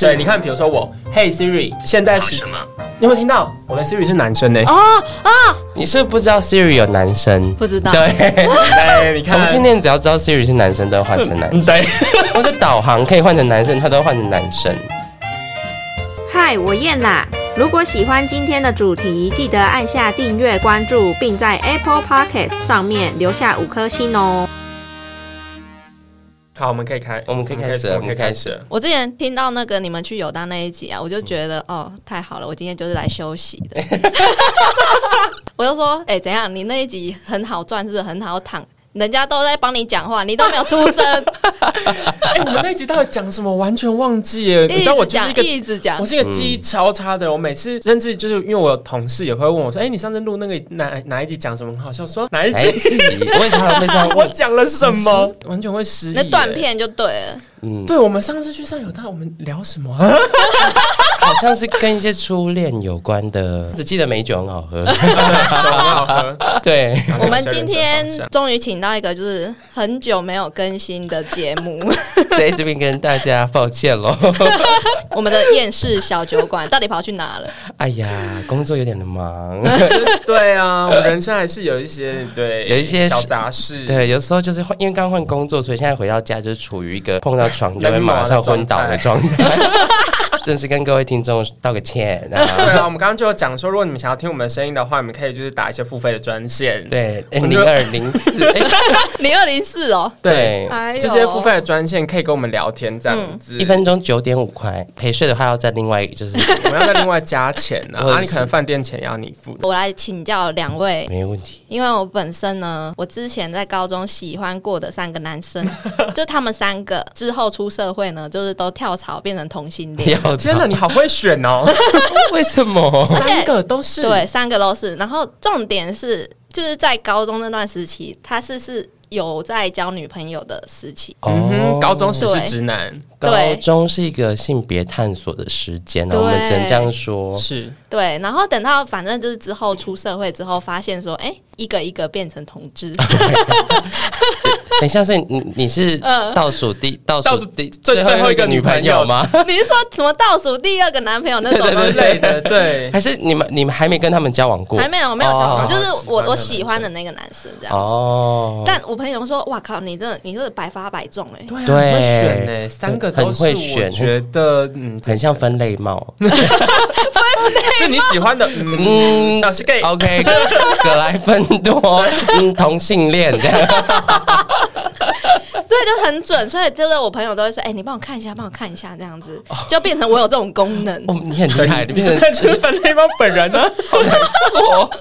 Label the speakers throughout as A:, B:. A: 对，你看，比如说我，Hey Siri，现在是，你有没有听到？我的 Siri 是男生呢、
B: 哦啊，
C: 你是不是不知道 Siri 有男生？
B: 不知道，
C: 对，
A: 哎，你看，
C: 同性恋只要知道 Siri 是男生，都会换成男
B: 嗯
C: 生，
A: 对，
C: 或是导航可以换成男生，他都会换成男生。
D: 嗨，我燕啦！如果喜欢今天的主题，记得按下订阅、关注，并在 Apple Podcast 上面留下五颗星哦。
A: 好，我们可以开，
C: 我们可以开始了
A: 我们可以开始了。
B: 我之前听到那个你们去友当那一集啊，我就觉得、
A: 嗯
B: 哦，太好了，我今天就是来休息 的。 我就说，哎、怎样？你那一集很好赚，是不是很好躺？人家都在帮你讲话，你都没有出声，
A: 哎、我们那一集到底讲什么？完全忘记 了。你知道我
B: 一直
A: 就是一
B: 讲，
A: 个，
B: 一直讲
A: 我。是一个记忆超差的人。我每次甚至就是因为我有同事也会问我说：“哎、你上次录那个哪哪一集讲什么很好笑？”我说哪一
C: 哎，
A: 集？
C: 我也常常被这样
A: 我
C: 问。
A: 讲了什么？完全会失忆。
B: 那断。片就对了，
C: 嗯，
A: 对，我们上次去上有大，我们聊什么？啊
C: 好像是跟一些初恋有关的，只记得美酒很好喝。 对，
B: 我们今天终于请到一个就是很久没有更新的节 目，
C: 在这边跟大家抱歉喽。
B: 我们的厌世小酒馆到底跑去哪 了？
C: 哎呀，工作有点忙，
A: 就是 对啊，我们人生还是有一些对，
C: 有一些
A: 小杂事。
C: 对，有时候就是换，因为刚换工作，所以现在回到家就是处于一个碰到床就会马上昏倒的状态。 正式跟各位听众道个歉
A: 对
C: 啊！
A: 啊，我们刚刚就有讲说，如果你们想要听我们的声音的话，你们可以就是打一些付费的专线。
C: 对，
A: 我
C: 零
A: 觉
C: 二
A: 得
C: 零四，哎
B: 零二零四哦，
A: 对，
B: 哎呦
A: 这些付费的专线可以跟我们聊天这样 子。
C: 一，分钟九点五块，陪睡的话要再另外就是
A: 我们要再另外加钱啊，
C: 我也是
A: 啊，你可能饭店钱也要你付。
B: 我来请教两位
C: 没问题。
B: 因为我本身呢，我之前在高中喜欢过的三个男生，就他们三个之后出社会呢，就是都跳槽变成同性恋，
C: 要
A: 天哪，你好会选哦，
C: 为什么？
B: 而且
A: 三个都是
B: 对，三个都是。然后重点是，就是在高中那段时期，他是是有在交女朋友的时期，
A: 嗯
C: 哦
A: 哼，高中时
B: 时
A: 是
B: 是
A: 直
B: 直
A: 男，
C: 高中是一个性别探索的时间啊，
B: 对
C: 我们只能这样说。
A: 是
B: 对。然后等到反正就是之后出社会之后，发现说，哎、一个一个变成同志，
C: 等一下，所以你你是倒数第倒
A: 嗯倒
C: 数
A: 数
C: 第
A: 最最后一个
C: 女
A: 女
C: 朋
A: 朋友
C: 友吗？
B: 你是说什么倒数第二个男朋友那种
C: 对对
B: 吗
A: 之
C: 对？
A: 类的，对。
C: 还是你们你们还没跟他们交往过？
B: 还没有没有交往，
C: 哦
B: 就是我
A: 喜欢的
B: 我
A: 男
B: 喜欢的那个男生这样子。
C: 哦。
B: 但我朋友说：“哇靠，你这你这百发百中哎、欸！”
A: 对啊，
C: 对
A: 很会选呢，三个都
C: 欸很
A: 是，
C: 会选
A: 我觉得嗯，
C: 很像分类帽，
A: 就你喜欢的，嗯，
C: 嗯
A: 老师 gay，
C: ，OK，格 莱芬多，嗯，同性恋这样，
B: 对，就很准，所以就是我朋友都会说：“哎、你帮我看一下，帮我看一下，这样子
A: 哦
B: 就变成我有这种功能。
C: 哦，你很厉害，你变 成
A: 看就是分类猫本人呢，啊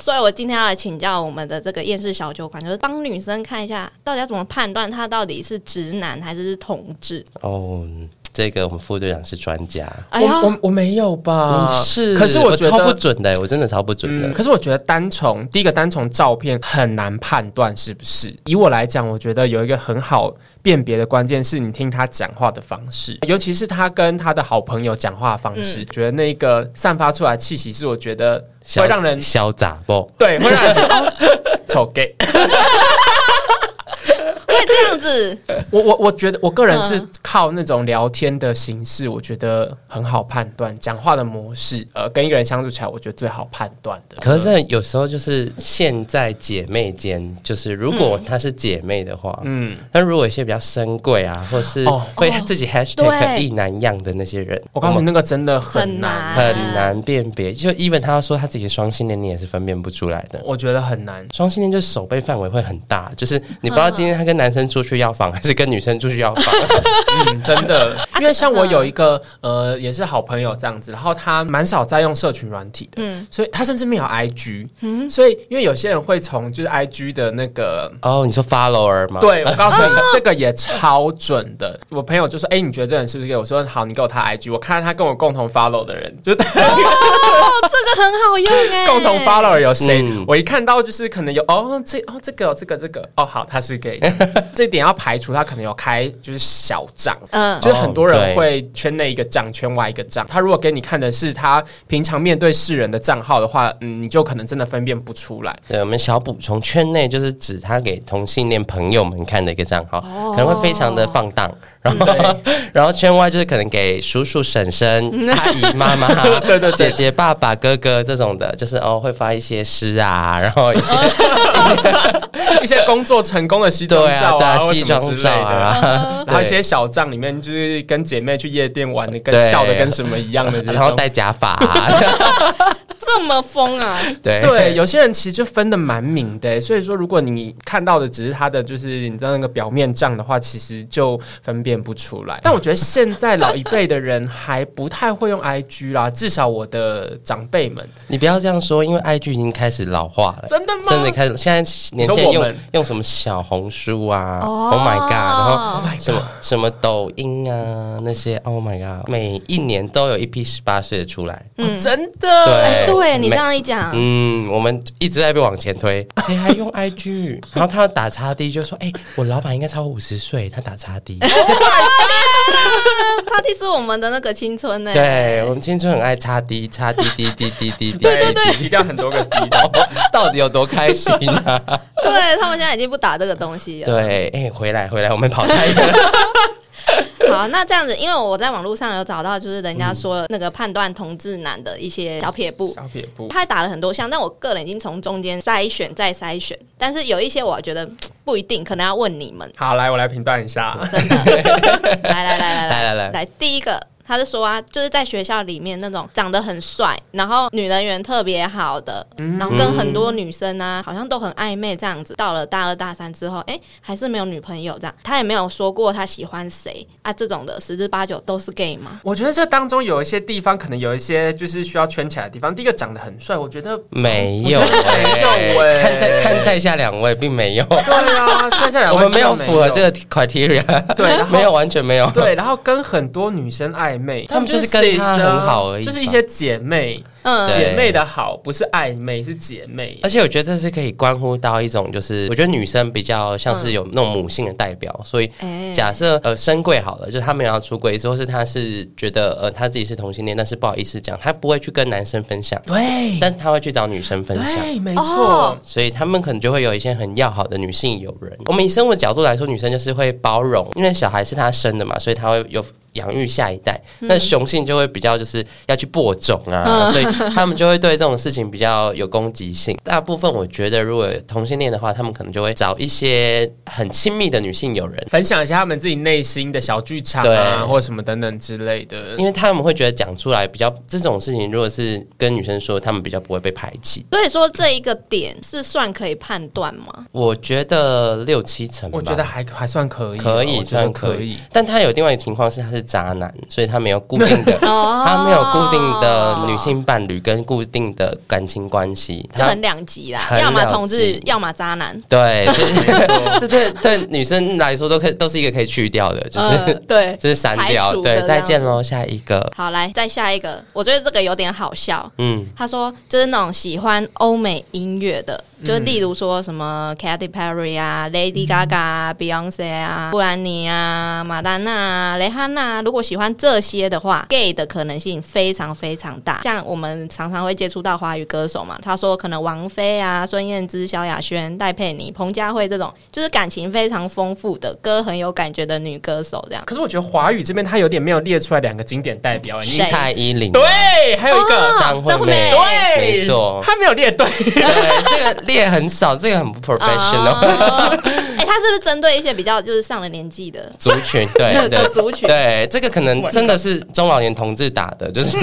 B: 所以我今天要来请教我们的这个厌世小酒馆，就是帮女生看一下，到底要怎么判断他到底是直男还是是同志。
C: 哦，这个我们副队长是专家，
B: 哎呀，
A: 我我我没有吧，
C: 你是，
A: 嗯可是
C: 我
A: 我觉
C: 超不
A: 得。
C: 准的，我真的超不准
A: 嗯，
C: 的，
A: 可是我觉得单从第一个单从照片很难判断是不是。以我来讲，我觉得有一个很好辨别的关键是你听他讲话的方式，尤其是他跟他的好朋友讲话的方式，觉得那个散发出来的气息是我觉得
C: 小
A: 会让人
C: 小杂不？
A: 对会让人 觉得哦丑 gay。
B: 会哎这样子，
A: 我我我觉得我个人是
B: 嗯
A: 靠那种聊天的形式，我觉得很好判断讲话的模式，呃，跟一个人相处起来，我觉得最好判断的。
C: 可是有时候就是现在姐妹间，就是如果她是姐妹的话，
A: 嗯
C: 嗯，那如果有一些比较深贵啊，或是
A: 哦
C: 会自己 hashtag
B: 对
C: 一男样的那些人，
A: 我告诉你，那个真的很
B: 很
A: 难。
B: 难
C: 很难辨别。就 even 他说他自己是双性恋，你也是分辨不出来的。
A: 我觉得很难，
C: 双性恋就是手背范围会很大，就是你不知道今天他跟男生出去要房，还是跟女生出去要 房。
A: 嗯，真的，因为像我有一个呃，也是好朋友这样子，然后他蛮少在用社群软体的，
B: 嗯
A: 所以他甚至没有 IG，嗯，所以因为有些人会从就是 IG 的那个
C: 哦，你说 follower 吗？，
A: 对，我告诉你，这个也超准的。我朋友就说：“哎、你觉得这人是不是 gay？” 我说：“好，你给我他 IG。”我看到他跟我共同 follow 的人， 就是他
B: 哦 这个很好用哎、
A: 共同 follow 有谁？
C: 嗯
A: 我一看到就是可能有哦，这哦这个哦这个这个哦，好，他是 gay，这 点要排除他可能有开就是小账。
B: 嗯，
A: 就是很多
C: 哦
A: 人
C: 对
A: 会圈内一个账，圈外一个账。他如果给你看的是他平常面对世人的账号的话，嗯，你就可能真的分辨不出来。
C: 对我们小补充，
A: 哦
C: 圈内就是指他给同性恋朋友们看的一个账号，可能会非常的放荡，然
A: 嗯
C: 后、 然后圈外就是可能给叔叔、婶
A: 嗯
C: 婶、阿姨、妈 妈、 对对姐姐、爸爸、哥哥这种的，就是哦会发一些诗啊，然后一 些
A: 一些工作成功的西装
C: 对啊
A: 照
C: 对啊
A: 或
C: 西
A: 什么之
C: 装
A: 类
C: 照
A: 的。
C: 啊，
A: 还有一
C: 对
A: 些小账里面，就是跟姐妹去夜店玩的，跟
C: 对
A: 笑的跟什么一样的这种，
C: 然后戴假发啊，
B: 这么疯啊！
C: 对
A: 对，有些人其实就分的蛮明的，所以说如果你看到的只是他的就是你知道那个表面账的话，其实就分辨不出来。但我觉得现在老一辈的人还不太会用 IG 啦，至少我的长辈们
C: 你不要这样说，因为 IG 已经开始老化了。
A: 真的吗？
C: 真的开始，现在年轻
A: 你说
C: 人
A: 我
C: 用
A: 们
C: 用什么小红书啊、
B: 哦
C: o h my god，然后什么什么抖音啊那些，Oh my god，每一年都有一批十八岁的出来。
A: 哦真的
C: 对，
B: 对你
C: 每
B: 这样一讲，
C: 哎嗯，我们一直在被往前推，谁还用 IG？然后他打叉 D 就说：“哎、我老板应该超过五十岁，他打叉 D。
B: 他第是我们的那个青春”欸呢。
C: 对，我们青春很爱叉 D，叉 D D D D D D。
A: 对对，一定要很多个 D 的。
C: 到底有多开心啊？
B: 对他们现在已经不打这个东西了。
C: 对，哎、回来回来，我们跑太远了。
B: 好，那这样子，因为我在网络上有找到，就是人家说那个判断同志男的一些小撇步。
A: 小撇 步，
B: 他打了很多项，但我个人已经从中间筛选再筛选，但是有一些我觉得嗯不一定，可能要问你们。
A: 好，来我来评断一下。
B: 真的，来来来来
C: 来来
B: 来
C: 来
B: 第一个。他就说啊，就是在学校里面那种长得很帅，然后女人缘特别好的，
C: 嗯
B: 然后跟很多女生啊，好像都很暧昧这样子。到了大二大三之后，哎、还是没有女朋友这样。他也没有说过他喜欢谁啊，这种的十之八九都是 gay 嘛。
A: 我觉得这当中有一些地方，可能有一些就是需要圈起来的地方。第一个长得很帅，我觉得
C: 没有、
A: 没有
C: 哎
A: 哎
C: 看在看在下两位，并没有，
A: 对 啊，剩下两
C: 我
A: 位
C: 们没有
A: 真的
C: 符合这个 criteria，
A: 对，然后
C: 没有完全 没有。
A: 对，然后跟很多女生暧昧，
C: 他们就是
A: 她
C: 跟她很好而已吧
A: 就是一些姐妹，
B: 嗯，
C: 对
A: 姐妹的好不是暧昧，是姐妹。
C: 而且我觉得这是可以关乎到一种，就是我觉得女生比较像是有那种母性的代表，所以
B: 哎、
C: 假设呃深柜好了，就是他没有要出柜，或是他是觉得呃他自己是同性恋，但是不好意思讲，他不会去跟男生分享，
A: 对
C: 但他会去找女生分享。
A: 对，没
B: 哦
A: 错，
C: 所以他们可能就会有一些很要好的女性友人。我们以生活角度来说，女生就是会包容，因为小孩是她生的嘛，所以她会有养育下一代。那雄性就会比较就是要去播种啊，所以他们就会对这种事情比较有攻击性。大部分我觉得，如果有同性恋的话，他们可能就会找一些很亲密的女性友人。
A: 分享一下他们自己内心的小剧场啊，
C: 对
A: 或什么等等之类的
C: 因。为他们会觉得讲出来比较这种事情，如果是跟女生说，他们比较不会被排挤。
B: 所以说这一个点是算可以判断 吗？，
C: 我觉得六七成吧，
A: 我觉得还还算嗯可以啊，
C: 可以
A: 我觉得
C: 算
A: 可
C: 可以。但他有另外一个情况是，他是渣男，所以他没有固定的
B: 哦
C: 他没有固定的女性伴侣跟固定的感情关系，
B: 就
C: 他
B: 很两极啦，
C: 很
B: 要么
C: 两极
B: 同志，要么渣男。
C: 对，所以这对对女生来说都可以都是一个可以去掉的，就是、
B: 呃对
C: 就是删
B: 排
C: 掉，
B: 除的
C: 对，
B: 这样
C: 再见喽，下一个，
B: 好，来再下一个，我觉得这个有点好笑。
C: 嗯，
B: 他说，就是那种喜欢欧美音乐的，就是例如说什么 Katy Perry 啊、Lady Gaga 啊、Beyonce 啊、布兰妮啊、马丹娜啊、蕾哈娜啊，如果喜欢这些的话，gay 的可能性非常非常大。像我们常常会接触到华语歌手嘛，他说可能王菲啊、孙燕姿、萧亚轩、戴佩妮、彭佳慧这种，就是感情非常丰富的歌很有感觉的女歌手这样。
A: 可是我觉得华语这边他有点没有列出来两个经典代表，你
B: 谁
C: 蔡依林，
A: 对，还有一个
C: 张惠
B: 张惠
C: 妹
B: 妹，
A: 啊对，
C: 没错
A: 他没有列对，
C: 对，这个列很少，这个很不 professional。
B: 哦哎、他是不是针对一些比较就是上了年纪的？
C: 族群，对对，
B: 族群
C: 对，这个可能真的是中老年同志打的，就是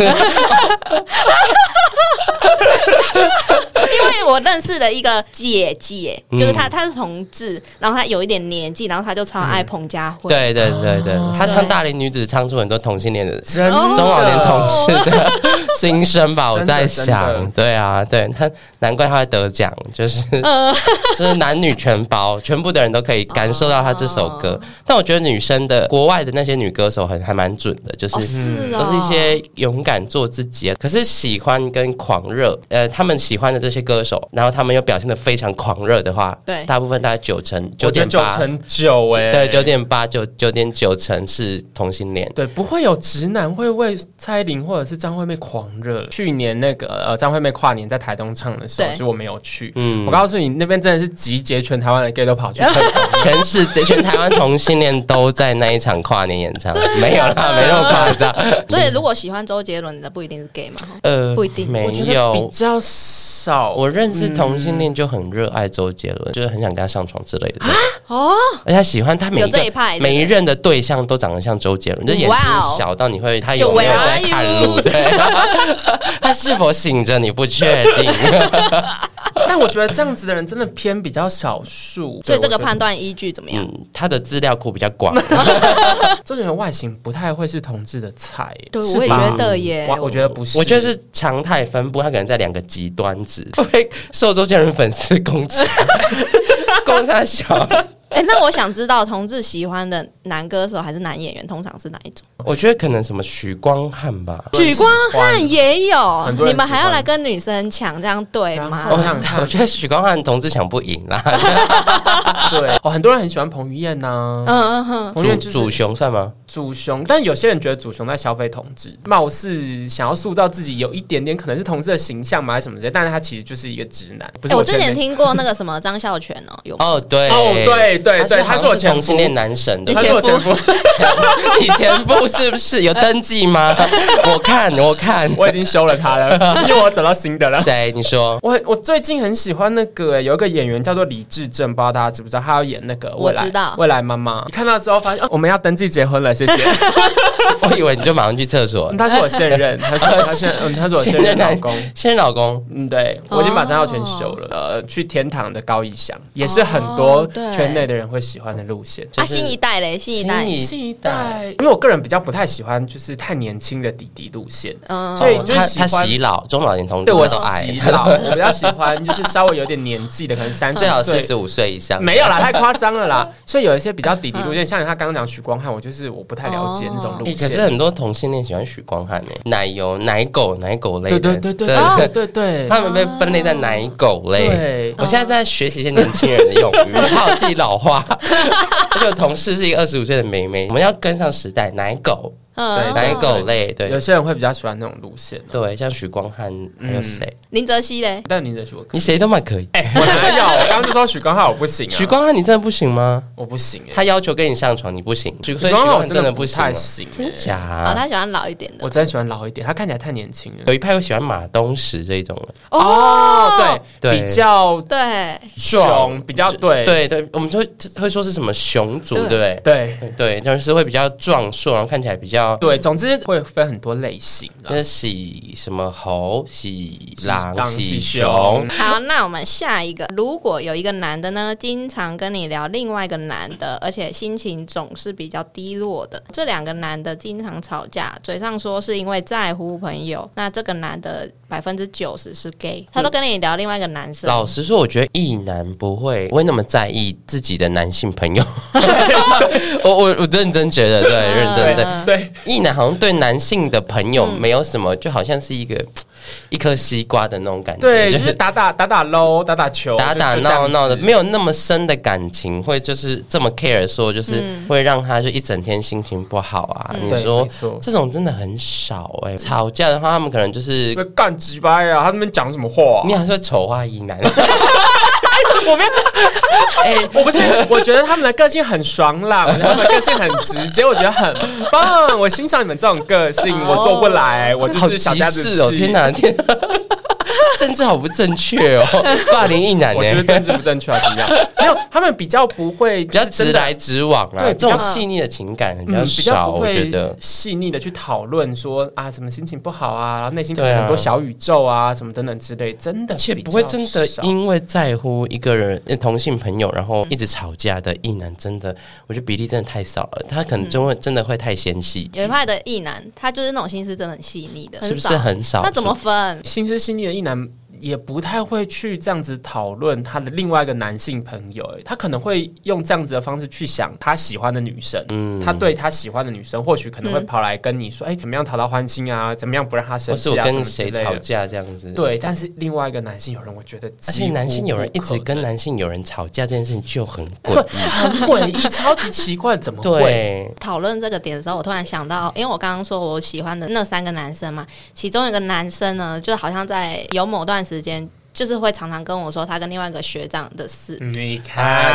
B: 因为我认识了一个姐姐，就是她，她是同志，然后她有一点年纪，然后她就超爱彭佳慧。
C: 对对对对，他唱《大龄女子》唱出很多同性恋的
A: 真
B: 哦
A: 的
C: 中老年同事的心声吧，我
A: 真的
C: 在
A: 真
C: 想
A: 的，
C: 对啊，对他难怪他会得奖，就是
B: 呃，
C: 就是男女全包，全部的人都可以感受到他这首歌。但我觉得女生的国外的那些女歌手很还蛮准的，就是
B: 哦是哦，
C: 都是一些勇敢做自己。可是喜欢跟狂热，呃，他们喜欢的这些些歌手，然后他们又表现的非常狂热的话，
B: 对
C: 大部分大概九成九
A: 我觉得
C: 点
A: 九
C: 八，
A: 成九哎，
C: 对，九点八九九点九成是同性恋。
A: 对，不会有直男会为蔡依林或者是张惠妹狂热。去年那个呃张惠妹跨年在台东唱的时候，
B: 对
A: 就我没有去。
C: 嗯
A: 我告诉你，那边真的是集结全台湾的 gay 都跑去
B: 嗯
A: 看狂热
C: 全世界、全台湾同性恋都在那一场跨年演唱会，没有 啦，没那么夸张。
B: 所以如果喜欢周杰伦的，不一定是 gay 嘛。吼
C: 呃，
B: 不一定
C: 没
A: 我觉得比
C: 有。
A: 较少。
C: 我认识同性恋就很热爱周杰
B: 嗯
C: 伦，就是很想跟他上床之类的，
B: 哦，
C: 而且他喜欢他每
B: 有
C: 一
B: 这一
C: 个
B: 派，
C: 每一
B: 对不对
C: 任的对象都长得像周杰伦，就眼睛
B: 哇哦
C: 小到你会他有没有
B: Where
C: 在
B: are
C: 看路？
B: you？
C: 对， 他是否醒着你不确定。
A: 但我觉得这样子的人真的偏比较少数。
B: 所以这个
A: 对
B: 判，断依据怎么样？
C: 嗯，他的资料库比较广，
A: 我觉得周杰伦外形不太会是同志的菜。
B: 对，
A: 是
B: 我也
A: 吧
B: 觉得耶，
A: 我我觉得不是，
C: 我觉得是常态分布，他可能在两个极端 值，会不会受周杰伦粉丝攻 击，攻他小。
B: 哎、那我想知道同志喜欢的男歌手还是男演员，通常是哪一种？
C: 我觉得可能什么许光汉吧。
A: 多人
B: 许
A: 喜欢
B: 光汉也有
A: 很多，人
B: 你们还
A: 喜
B: 要
A: 欢
B: 来跟女生抢，这样对吗
A: 然？后想看
C: 我觉得许光汉同志想不赢啦，
A: 对哦，很多人很喜欢彭于晏呐、
B: 嗯嗯哼，
A: 彭于晏就
C: 祖祖
A: 是
C: 雄算吗？
A: 祖雄，但有些人觉得祖雄在消费同志，貌似想要塑造自己有一点点可能是同志的形象嘛，还是什么之类，但是他其实就是一个直男。不
B: 哎、
A: 是
B: 我
A: 圈
B: 之前
A: 内
B: 听过那个什么张孝全哦，有吗？
C: 哦，对，
A: 哦，对对对，他是我前
C: 同性
A: 夫，
C: 恋男神的
B: 你
A: 他。是我前夫，
C: 你前夫是不是有登 记吗？我看，我看，
A: 我已经休了他 了，因为我找到新的了。
C: 谁？你说
A: 我我最近很喜欢那个、哎有一个演员叫做李智正，不知道大家知不知道，他要演那个
B: 我
A: 未来
B: 知道
A: 未来妈妈。一看到之后发现、哦我们要登记结婚了，谢 谢。
C: 我以为你就马上去厕所
A: 嗯。他是我现任，他是他现嗯他是我现任老公。
C: 现任老公，
A: 嗯，对，我已经把张耀全修了。呃，去天堂的高以翔也是很多
B: 哦对
A: 圈内的人会喜欢的路线。
C: 就是
B: 啊，新一代嘞，新一代，
C: 新一
A: 期待，因为我个人比较不太喜欢就是太年轻的弟弟路线，
B: 嗯，
A: 所以就是
C: 哦他
A: 喜
C: 他
A: 欢
C: 洗脑，中老年同志
A: 对我
C: 他都爱
A: 洗，脑，我比较喜欢就是稍微有点年纪的，可能三
C: 嗯最好
A: 岁
C: 四十五岁以上。
A: 没有啦，太夸张了啦。所以有一些比较底底路线，像他刚刚讲许光汉，我就是我不太了解那种路
C: 欸
A: 线。
C: 可是很多同性恋喜欢许光汉呢，奶油、奶狗、奶狗类
A: 对
C: 的，
A: 对对对
C: 哦
A: 对对对
C: 他们被分类在奶狗类。
A: 对
C: 我现在在学习一些年轻人的用 语，我怕我自己老 化。而且我同事是一个二十五岁的妹妹，我们要跟上时代，奶狗、
B: 嗯
A: 对
C: 奶狗类，
A: 对，有
C: 对
A: 些人会比较喜欢那种路线。
C: 对，像许光汉还有谁？
B: 林哲熙嘞，
A: 但你的许光，
C: 嗯你谁都蛮可以。
A: 哎，我哪有？我刚刚就说许光汉我不行啊，
C: 许光汉，你真的不行吗？
A: 我不行哎，
C: 他要求跟你上床，你不行，许所
A: 许
C: 以
A: 光
C: 许
A: 汉
C: 光
A: 我
C: 汉真的不行
A: 太
C: 吗，
A: 行欸，
C: 真假
B: 哦，
C: 啊？
B: 他喜欢老一点的
A: 我，真的喜欢老一点，他看起来太年轻了
C: 有。一派又喜欢马东石这一种了，
A: 哦，对，
C: 对
A: 比较
B: 对，
A: 凶，比较对
C: 对对，我们就会会说是什么熊族，对
B: 对
C: 不对？
A: 对
C: 对，就是会比较壮硕，然后看起来比较
A: 对，总之会分很多类型啦
C: 就。是喜什么猴、喜狼、
A: 当
C: 喜
A: 喜
C: 熊
A: 熊，
B: 好，那我们下一个，如果有一个男的呢，经常跟你聊另外一个男的，而且心情总是比较低落的，这两个男的经常吵架，嘴上说是因为在乎朋友，那这个男的百分之九十是 gay，他都跟你聊另外一个男生，
C: 嗯老实说，我觉得异男不会不会那么在意自己的男性朋友。我我我认真觉得，对，认真对。
B: 嗯
A: 对，
C: 异男好像对男性的朋友没有什么，就好像是一个一颗西瓜的那种感觉，
A: 对，
C: 就
A: 就是
C: 是
A: 打打打打喽，打打球，
C: 打打
A: 哦就就这样子
C: 闹闹的，没有那么深的感情，会就是这么 care 说，就是会让他就一整天心情不好啊。
A: 嗯
C: 你
A: 对
C: 说
A: 没错
C: 这种真的很少哎、吵架的话，他们可能就是
A: 那干鸡巴呀！他那边讲什么话、
C: 你好像说丑化一男，
A: 我没有，哎、我不是，我觉得他们的个性很爽 朗，他们的个性很直接，我觉得很棒。我欣赏你们这种个性，我做不来，我 就
C: 好
A: 是小
C: 歧
A: 家子
C: 视哦！
A: 气
C: 天！哪，天哪， 政治好不正确 哦，霸凌一男
A: 我觉得
C: 哎。
A: 政治不正确啊，怎么样？ 没有，他们比较不会，
C: 比较
A: 就是
C: 直
A: 真的。
C: 来直往啊，
A: 对
C: 这
A: 比较
C: 种细腻的情感比较
A: 嗯，比较
C: 少，
A: 不
C: 我觉
A: 会
C: 得。
A: 细腻的去讨论说啊，怎么心情不好啊，然后内心可
C: 对
A: 能
C: 啊
A: 很多小宇宙啊，什么等等之类，真的
C: 而且
A: 比
C: 不会
A: 较
C: 真的
A: 少
C: 因为在乎一个人呃同性朋友，然后一直吵架的异男，真的，我觉得比例真的太少了。他可能就会
B: 嗯
C: 真的会太纤细，
B: 有一派的异男，他就是那种心思真的很细腻的，
C: 是不
B: 少
C: 是很少？
B: 那怎么分？
A: 心思细腻的一男也不太会去这样子讨论他的另外一个男性朋友、欸，他可能会用这样子的方式去想他喜欢的女生，
C: 嗯
A: 他对他喜欢的女生，或许可能会
B: 嗯
A: 跑来跟你说，哎、怎么样讨到欢心啊？怎么样不让他生
C: 或是我
A: 气啊？什么
C: 跟
A: 之
C: 谁
A: 类
C: 吵
A: 的。
C: 架这样子。，
A: 对，但是另外一个男性友人，我觉得
C: 而
A: 几
C: 且
A: 乎
C: 男性友人一
A: 不
C: 直
A: 可
C: 跟男性友人吵架这件事情就很
A: 对
C: 诡异。
A: 很诡异，超级奇怪，怎么会？
C: 对，
B: 讨论这个点的时候，我突然想到，因为我刚刚说我喜欢的那三个男生嘛，其中有个男生呢，就好像在有某段时间，就是会常常跟我说他跟另外一个学长的事。
C: 嗯
A: 你看，
C: 啊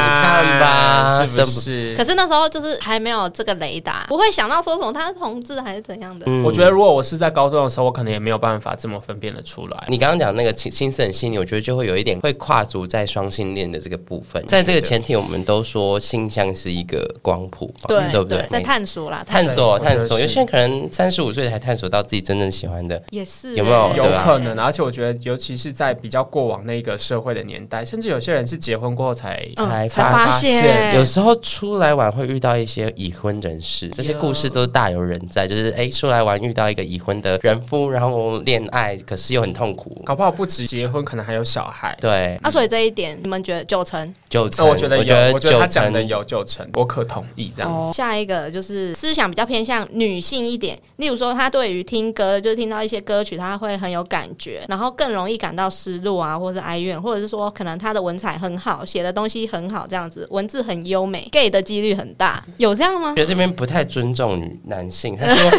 C: 你看吧
A: 是不
C: 是不
A: 是？
B: 可是那时候就是还没有这个雷达，不会想到说什么他是同志还是怎样的。
C: 嗯
A: 我觉得如果我是在高中的时候，我可能也没有办法这么分辨的出来。
C: 你刚刚讲那个青青涩心理，我觉得就会有一点会跨足在双性恋的这个部分。在这个前提，我们都说性向是一个光谱嘛，
B: 对
C: 对不对？
B: 在探索啦，
C: 探索
A: 对我觉得
C: 探索，
A: 是
C: 有些人可能三十五岁才探索到自己真正喜欢的。
B: 也是
C: 有没有
B: 欸
A: 有
C: 对啊吧
A: 可能，而且我觉得，尤其是在比较过往那个社会的年代，甚至有些人是结婚过后才
C: 才
B: 嗯，才
C: 发
B: 发
A: 现
C: 有时候出来玩会遇到一些已婚人士，这些故事都大有人在。就是哎，出来玩遇到一个已婚的人夫，然后恋爱，可是又很痛苦。
A: 搞不好不止结婚，可能还有小孩。
C: 对，
B: 啊，所以这一点你们觉得九成？
C: 九
A: 那
C: 成，
A: 我觉得有，我觉得
C: 九
A: 他讲的
C: 成
A: 有九成，我可同意这样。
B: 下一个就是思想比较偏向女性一点，例如说她对于听歌，就是听到一些歌曲，她会很有感觉，然后更容易感到失落啊，或者是哀怨，或者是说可能她的文采很好，写的东西很好，这样子文字很优美，gay 的几率很大，有这样吗？
C: 觉得这边不太尊重女男性，他 说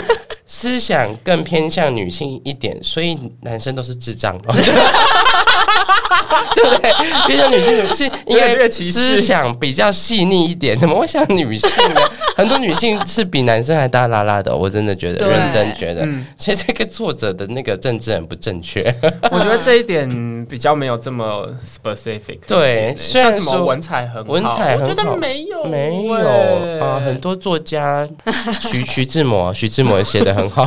C: 思想更偏向女性一点，所以男生都是智障，对不 对？偏向女性是应
A: 有点
C: 该
A: 略歧视
C: 思想比较细腻一点，怎么会像女性 呢？很多女性是比男生还大拉拉的，我真的觉得
B: 对
C: 认真觉得
A: 嗯，
C: 其实这个作者的那个政治很不正确。
A: 我觉得这一点比较没有这么 specific 一点欸。
C: 对虽然
A: 像什么
C: 说
A: 文采很好，
C: 文采很
A: 我觉
C: 好
A: 得没有欸，
C: 没有啊，很多作家，徐徐志摩，啊徐志摩写的很好，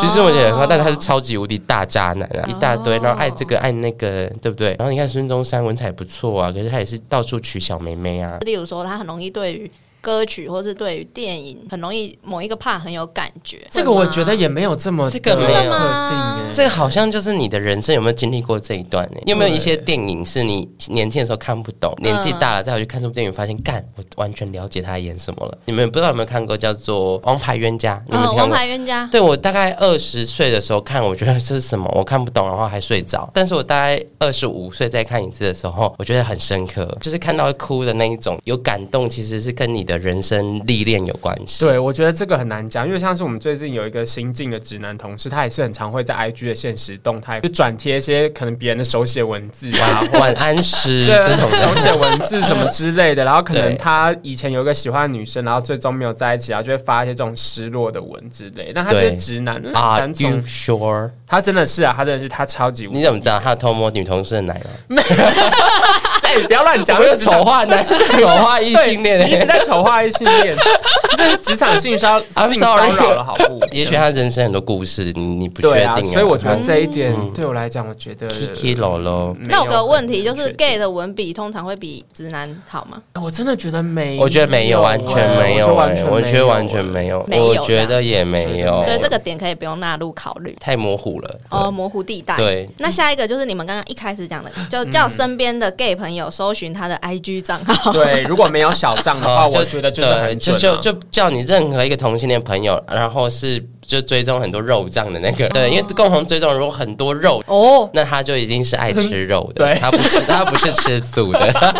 C: 徐志摩写的很好，但他是超级无敌大渣男啊，一大堆，然后爱这个爱那个，对不对？然后你看孙中山文采不错啊，可是他也是到处娶小妹妹啊。
B: 例如说她很容易对于。歌曲或是对于电影很容易某一个 part 很有感觉，
A: 这个我觉得也没有这么
C: 这个
A: 的
C: 没有
A: 特定欸
C: 这好像就是你的人生有没有经历过这一段呢、你有没有一些电影是你年轻的时候看不懂，年纪大了再回去看这部电影，发现干，我完全了解他演什么了？你们不知道有没有看过叫做《王牌冤家》？你
B: 嗯，
C: 们
B: 《
C: 听过
B: 王
C: 吗？
B: 牌冤家》
C: 对我大概二十岁的时候看，我觉得这是什么，我看不懂，然后还睡着。但是我大概二十五岁再看一次的时候，我觉得很深刻，就是看到会哭的那一种，有感动，其实是跟你的人生历练有关系。
A: 对，我觉得这个很难讲，因为像是我们最近有一个新进的直男同事，他也是很常会在 IG 的现实动态就转贴一些可能别人的手写文字 啊，
C: 晚晚安诗这
A: 对，
C: 种的
A: 手写文 字什么之类的，然后可
C: 对
A: 能他以前有一个喜欢的女生，然后最终没有在一起，然后就会发一些这种失落的文之类。但他
C: 对
A: 就是直男，
C: Are
A: 单
C: you
A: 从
C: sure？
A: 他真的是啊，他真的是他超级无
C: 你怎么知道他偷摸女同事的奶了？
A: 哎，你不要乱讲，
C: 我
A: 那
C: 有
A: 是职场
C: 丑化男，丑化异性恋
A: 对你一直
C: 欸。
A: 在丑化异性 恋，这是职场性骚
C: I'm
A: 性骚
C: sorry
A: 扰了，好不？
C: 也许他人生很多故事，你你不确
A: 对
C: 定、
A: 啊，所以我觉得
C: 嗯
A: 这一点对我来讲，我觉得
C: Kiki 喽喽。
A: 没
B: 那有个
A: 很
B: 问题就是
A: 确定
B: ，gay 的文笔通常会比直男好吗？
A: 我真的觉得没有，啊
C: 我觉得没有，完全没有、
A: 我
C: 欸，我觉得完全
A: 没啊
C: 没有，
B: 没有
C: 我
B: 的
C: 觉得也没
A: 哦
C: 有，
B: 所以这个点可以不用纳入考虑。
C: 太模糊了。
B: 哦，模糊地带。
C: 对，
B: 那下一个就是你们刚刚一开始讲的，就叫身边的 gay 朋友搜寻他的 IG 账号。
A: 有。对，如果没有小账的话，
C: 哦就
A: 我觉得就是
C: 对
A: 很
C: 就
A: 准
C: 就
A: 啊。
C: 就叫你任何一个同性恋朋友，然后是就追踪很多肉酱的那个，对，因
A: 哦
C: 为共同追踪如果很多肉。
B: 哦，
C: 那他就已经是爱吃肉的，
A: 嗯对
C: 他不是他不是吃素的，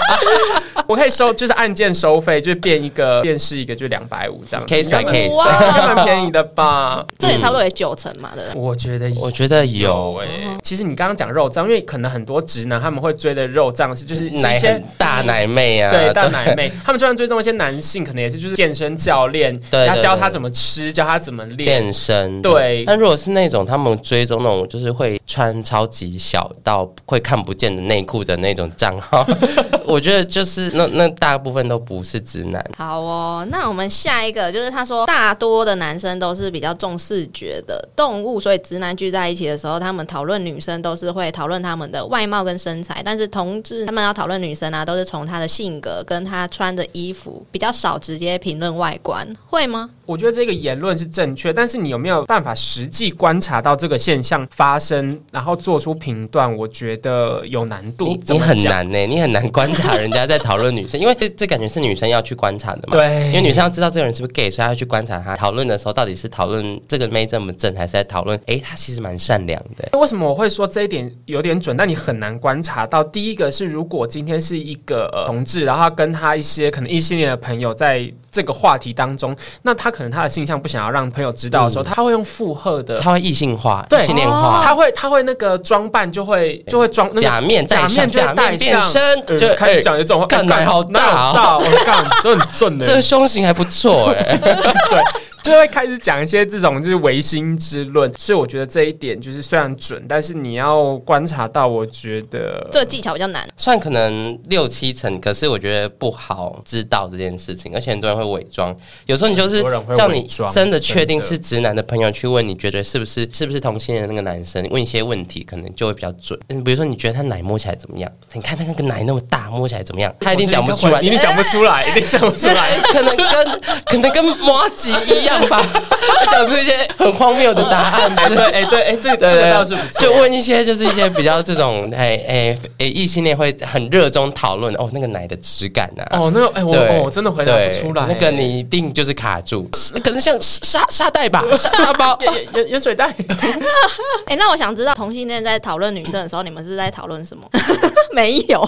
A: 我可以收，就是按件收费，就是变一个，变是一个，就两百五这样
C: Case by
A: 应该
C: case
A: 应该蛮便宜的吧？
B: 这也差不多有九成嘛，对不对？
A: 我觉得
C: 我觉得有
A: 有哎、其实你刚刚讲肉胀，因为可能很多直男他们会追的肉胀是就是一
C: 奶
A: 些
C: 很大奶妹啊，
A: 对大奶妹， 他们就算追踪一些男性，可能也是就是健身教练，
C: 对
A: 要
C: 对
A: 教
C: 对
A: 他怎么吃，教他怎么练。
C: 健身，
A: 对
C: 但如果是那种他们追踪那种，就是会穿超级小到会看不见的内裤的那种账 号，我觉得就是那那大部分都不是直男。
B: 好哦，那我们下一个就是他说，大多的男生都是比较重视觉的动物，所以直男聚在一起的时候，他们讨论女生都是会讨论他们的外貌跟身材，但是同志他们要讨论女生啊，都是从她的性格跟她穿的衣服，比较少直接评论外观，会吗？
A: 我觉得这个言论是正确，但是你有没有办法实际观察到这个现象发生然后做出评断，我觉得有难度
C: 你。
A: 怎
C: 你
A: 么
C: 很
A: 讲，
C: 难呢、欸你很难观察人家在讨论女生，因为 这这感觉是女生要去观察的嘛。
A: 对
C: 因为女生要知道这个人是不是 gay，所以她要去观察他。讨论的时候到底是讨论这个妹这么正，还是在讨论诶，她其实蛮善良的、
A: 为什么我会说这一点有点准？但你很难观察到。第一个是，如果今天是一个、呃同志，然后他跟他一些可能异性恋的朋友在这个话题当中，那他可能他的性向不想要让朋友知道的时
C: 嗯
A: 候，他会用附和的，
C: 她会异性化、
A: 对
C: 异性恋化。
A: 他会他会那个装扮就会就会装那个
C: 假面戴
A: 假面
C: 上，
A: 就
C: 假
A: 会戴
C: 面变
A: 上，
C: 身，
A: 呃
C: 就
A: 开始
C: 哎
A: 讲有这种话，
C: 干奶好
A: 奶
C: 大
A: 好
C: 哦
A: 大哦，我干这很正的，
C: 这个胸型还不错哎、
A: 就会开始讲一些这种就是唯心之论，所以我觉得这一点就是虽然准，但是你要观察到，我觉得
B: 这个技巧比较难。
C: 算可能六七成，可是我觉得不好知道这件事情，而且很多人会伪装。有时候你就是
A: 很多人会
C: 叫你
A: 伪装
C: 真的确定是
A: 真
C: 直男的朋友去问，你觉得是不是是不是同性恋的那个男生？问一些问题可能就会比较准。嗯，比如说你觉得他奶摸起来怎么样？你看他那个奶那么大，摸起来怎么样？他一定讲不出来，
A: 一定讲不出来，一定讲不出来。
C: 可能跟可能跟摩吉一样吧， 他讲出一些很荒谬的答案之类
A: 哎对，哎对，哎这个
C: 对
A: 这
C: 对
A: 个
C: 对，
A: 倒是不错。
C: 就问一些就是一些比较这种 哎哎哎异性恋会很热衷讨论哦那个奶的质感啊。
A: 哦，那个哎我
C: 对
A: 哦我真的回答
C: 对
A: 不出来，。
C: 那个你一定就是卡住，可能像沙沙袋吧，沙沙包
A: 盐盐盐水袋，
B: 哎、那我想知道同性恋在讨论女生的时候，你们是在讨论 什么？没有，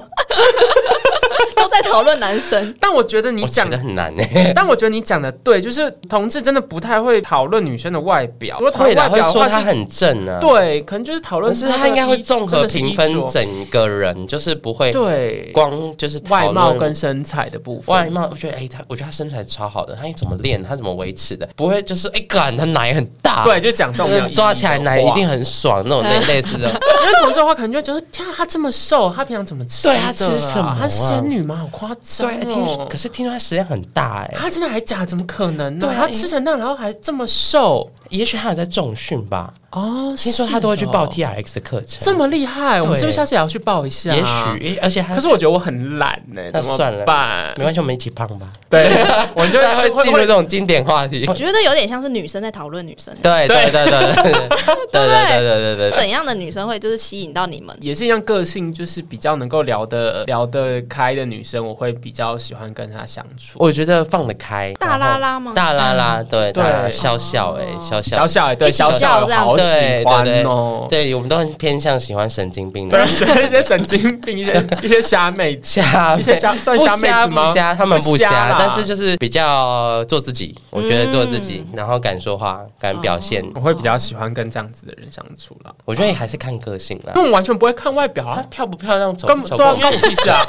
B: 都在讨论男生。
A: 但我觉得你
C: 我
A: 讲
C: 讲的 很难诶，
A: 但我觉得你讲的对，就是同志真的不太会讨论女生的外表，如果讨
C: 会
A: 论
C: 啦，
A: 外
C: 会
A: 表的
C: 说
A: 话
C: 他
A: 是，
C: 很正啊，，
A: 对，可能就是讨论
C: 但是他应该会综合评分
A: 整
C: 整个人，就是不会
A: 对
C: 光就是
A: 外
C: 讨论
A: 貌跟身材的部分。
C: 外貌，我觉得哎、他我觉得他身材超好的，他怎么练，他怎么维持的，不会就是哎，感、他奶很大，
A: 对，就讲这种没有意义的
C: 抓起来奶一定
A: 话。
C: 很爽那种类类 似的。
A: 因为同志的话，可能就会觉得，天啊，她这么瘦，她平常怎么吃的啊？
C: 对她吃什么啊
A: 她是仙女吗？好夸张
C: 对，听说
A: 哦！
C: 可是听说他食量很大哎、
A: 她真的还假？怎么可能呢
C: 对？啊
A: 她吃成那样，然后还这么瘦
C: 也许他有在重训吧。
A: 哦！
C: 听说
A: 是
C: 他都会去报
A: 哦
C: T R X 课程，
A: 这么厉害，我们
C: 对
A: 是不是下次也要去报一下？
C: 也许，诶而且他
A: 可是我觉得我很懒呢、
C: 那
A: 怎么
C: 算了
A: 办
C: 没？关系，我们一起胖吧。
A: 对，我就
C: 大家
A: 会
C: 会进入
A: 会
C: 这种经典话题。
B: 我觉得有点像是女生在讨论女生，
C: 对对对对对 对对对对对对。
B: 怎样的女生会就是吸引到你们？
A: 也是一样个性，就是比较能够聊得聊得开的女生，我会比较喜欢跟她相处。
C: 我觉得放得开，
B: 大拉拉吗？
C: 大拉拉，嗯对
A: 对
C: 大拉拉笑笑哎，笑
A: 小
C: 笑，
A: 小也对，
B: 一起
A: 小小
B: 笑这
A: 也
B: 样
A: 好喜欢哦。
C: 对我们都很偏向喜欢神经病
A: 不
C: 的
A: 然。喜欢一些神经病，一些 一些虾妹，
C: 虾
A: 一些虾算
C: 不
A: 虾妹子
C: 不
A: 吗？
C: 虾，他们不
A: 不虾
C: 虾
A: 啦，
C: 但是就是比较做自己，我觉得做自己，
A: 嗯
C: 然后敢说话，敢表现，
A: 我会比较喜欢跟这样子的人相处啦，
C: 我觉得也还是看个性啦
A: 因。为我完全不会看外表
C: 她
A: 啊，
C: 漂不漂亮，丑
A: 根
C: 不
A: 本
C: 丑
A: 对啊，
C: 不，
A: 关我屁事 啊，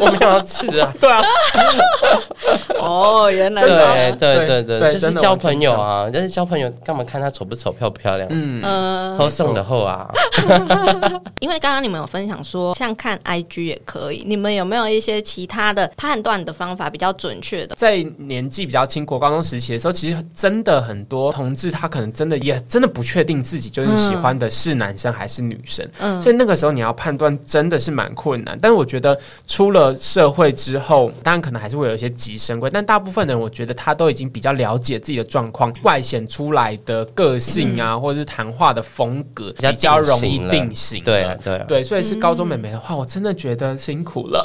C: 我没有要吃啊。
A: 对啊，
B: 哦，原来
C: 对
B: 嗯
C: 对对
A: 啊对
C: 对，就是
A: 真的
C: 交
A: 完全
C: 朋友啊，就是交朋友，干嘛看她丑不丑、漂不漂亮？
A: 嗯，
B: 嗯，
C: 喝送的后啊，
B: 因为刚刚你们有分享说，像看 IG 也可以，你们有没有一些其他的判断的方法比较准确的？
A: 在年纪比较轻、国高中时期的时候，其实真的很多同志，他可能真的也真的不确定自己究竟喜欢的是男生还是女生，
B: 嗯
A: 所以那个时候你要判断真的是蛮困难。但是我觉得出了社会之后，当然可能还是会有一些急升规，但大部分人我觉得他都已经比较了解自己的状况，外显出来的个性啊，或者是谈话的风格
C: 比较
A: 比较容易
C: 嗯定型了
A: 定型了，
C: 对啊对啊，
A: 嗯对，所以是高中妹妹的话，我真的觉得辛苦了。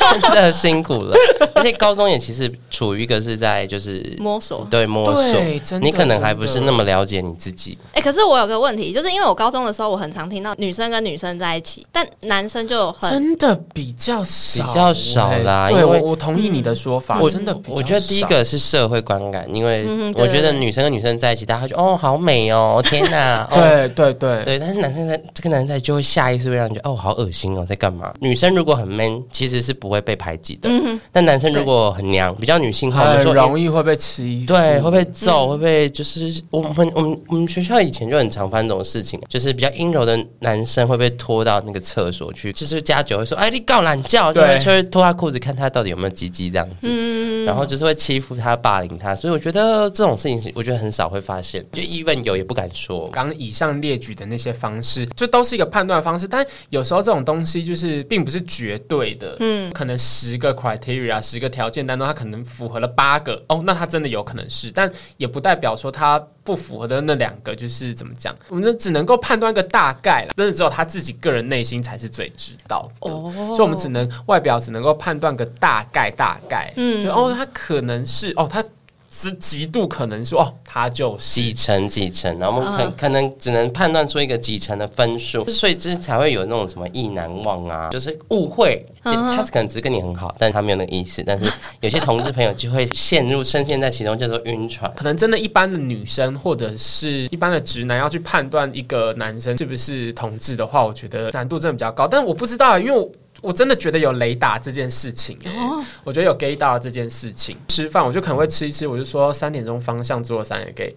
A: 啊
C: 真的辛苦了。而且高中也其实处于一个是在就是
B: 摸索。
C: 对摸
A: 对
C: 索，
A: 真的
C: 你可能还不
A: 真的
C: 是那么了解你自己。
B: 哎、可是我有个问题，就是因为我高中的时候，我很常听到女生跟女生在一起，但男生就很
A: 真的比较少，
C: 比较少啦
A: 欸
C: 因
A: 对，我
C: 为
A: 我同意你的说法，
C: 我
A: 啊真的比较少，
C: 我觉得第一个是社会观感，因为
B: 嗯对
C: 我觉得女生跟女生在一起，大家会觉得哦好美哦，天哪 哦。
A: 对对对，
C: 对，但是男生在这个男生在就会下意识会让你觉得哦，好恶心哦，在干嘛？女生如果很 man，其实是不会被排挤的。
B: 嗯
C: 但男生如果很娘，比较女性化，我们
A: 很
C: 说
A: 容易会被欺负，
C: 对，会被揍，会被就是我们我们我们学校以前就很常发生这种事情，就是比较阴柔的男生会被拖到那个厕所去，就是家酒会说，哎，你搞懒觉，就
A: 对
C: 会就会脱他裤子看他到底有没有鸡鸡这样子，然后就是会欺负他、霸凌他，所以我觉得这种事情是我觉得很少会发现，就 even 有也不敢说，
A: 我刚以上列举的那些方式，就都是一个判断方式。但有时候这种东西就是并不是绝对的，嗯，可能十个 criteria 十个条件当中，它可能符合了八个，哦，那它真的有可能是，但也不代表说它不符合的那两个就是怎么讲，我们就只能够判断一个大概啦。真的只有他自己个人内心才是最知道的，
B: 哦
A: 所以我们只能外表只能够判断个大概大概，嗯，就哦，他可能是哦，他是极度可能是哦，他就是
C: 几成几成，然后我们可可能只能判断出一个几成的分数，所以这才会有那种什么意难忘啊，就是误会，就他可能只是跟你很好，但他没有那个意思，但是有些同志朋友就会陷入深陷在其中，叫做晕船。
A: 可能真的一般的女生或者是一般的直男要去判断一个男生是不是同志的话，我觉得难度真的比较高。但我不知道，啊因为我。我真的觉得有雷达这件事情、欸，
C: 哦
A: 我觉得有 gay 到这件事情。吃饭我就可能会吃一吃，我就说三点钟方向坐了三个 gay，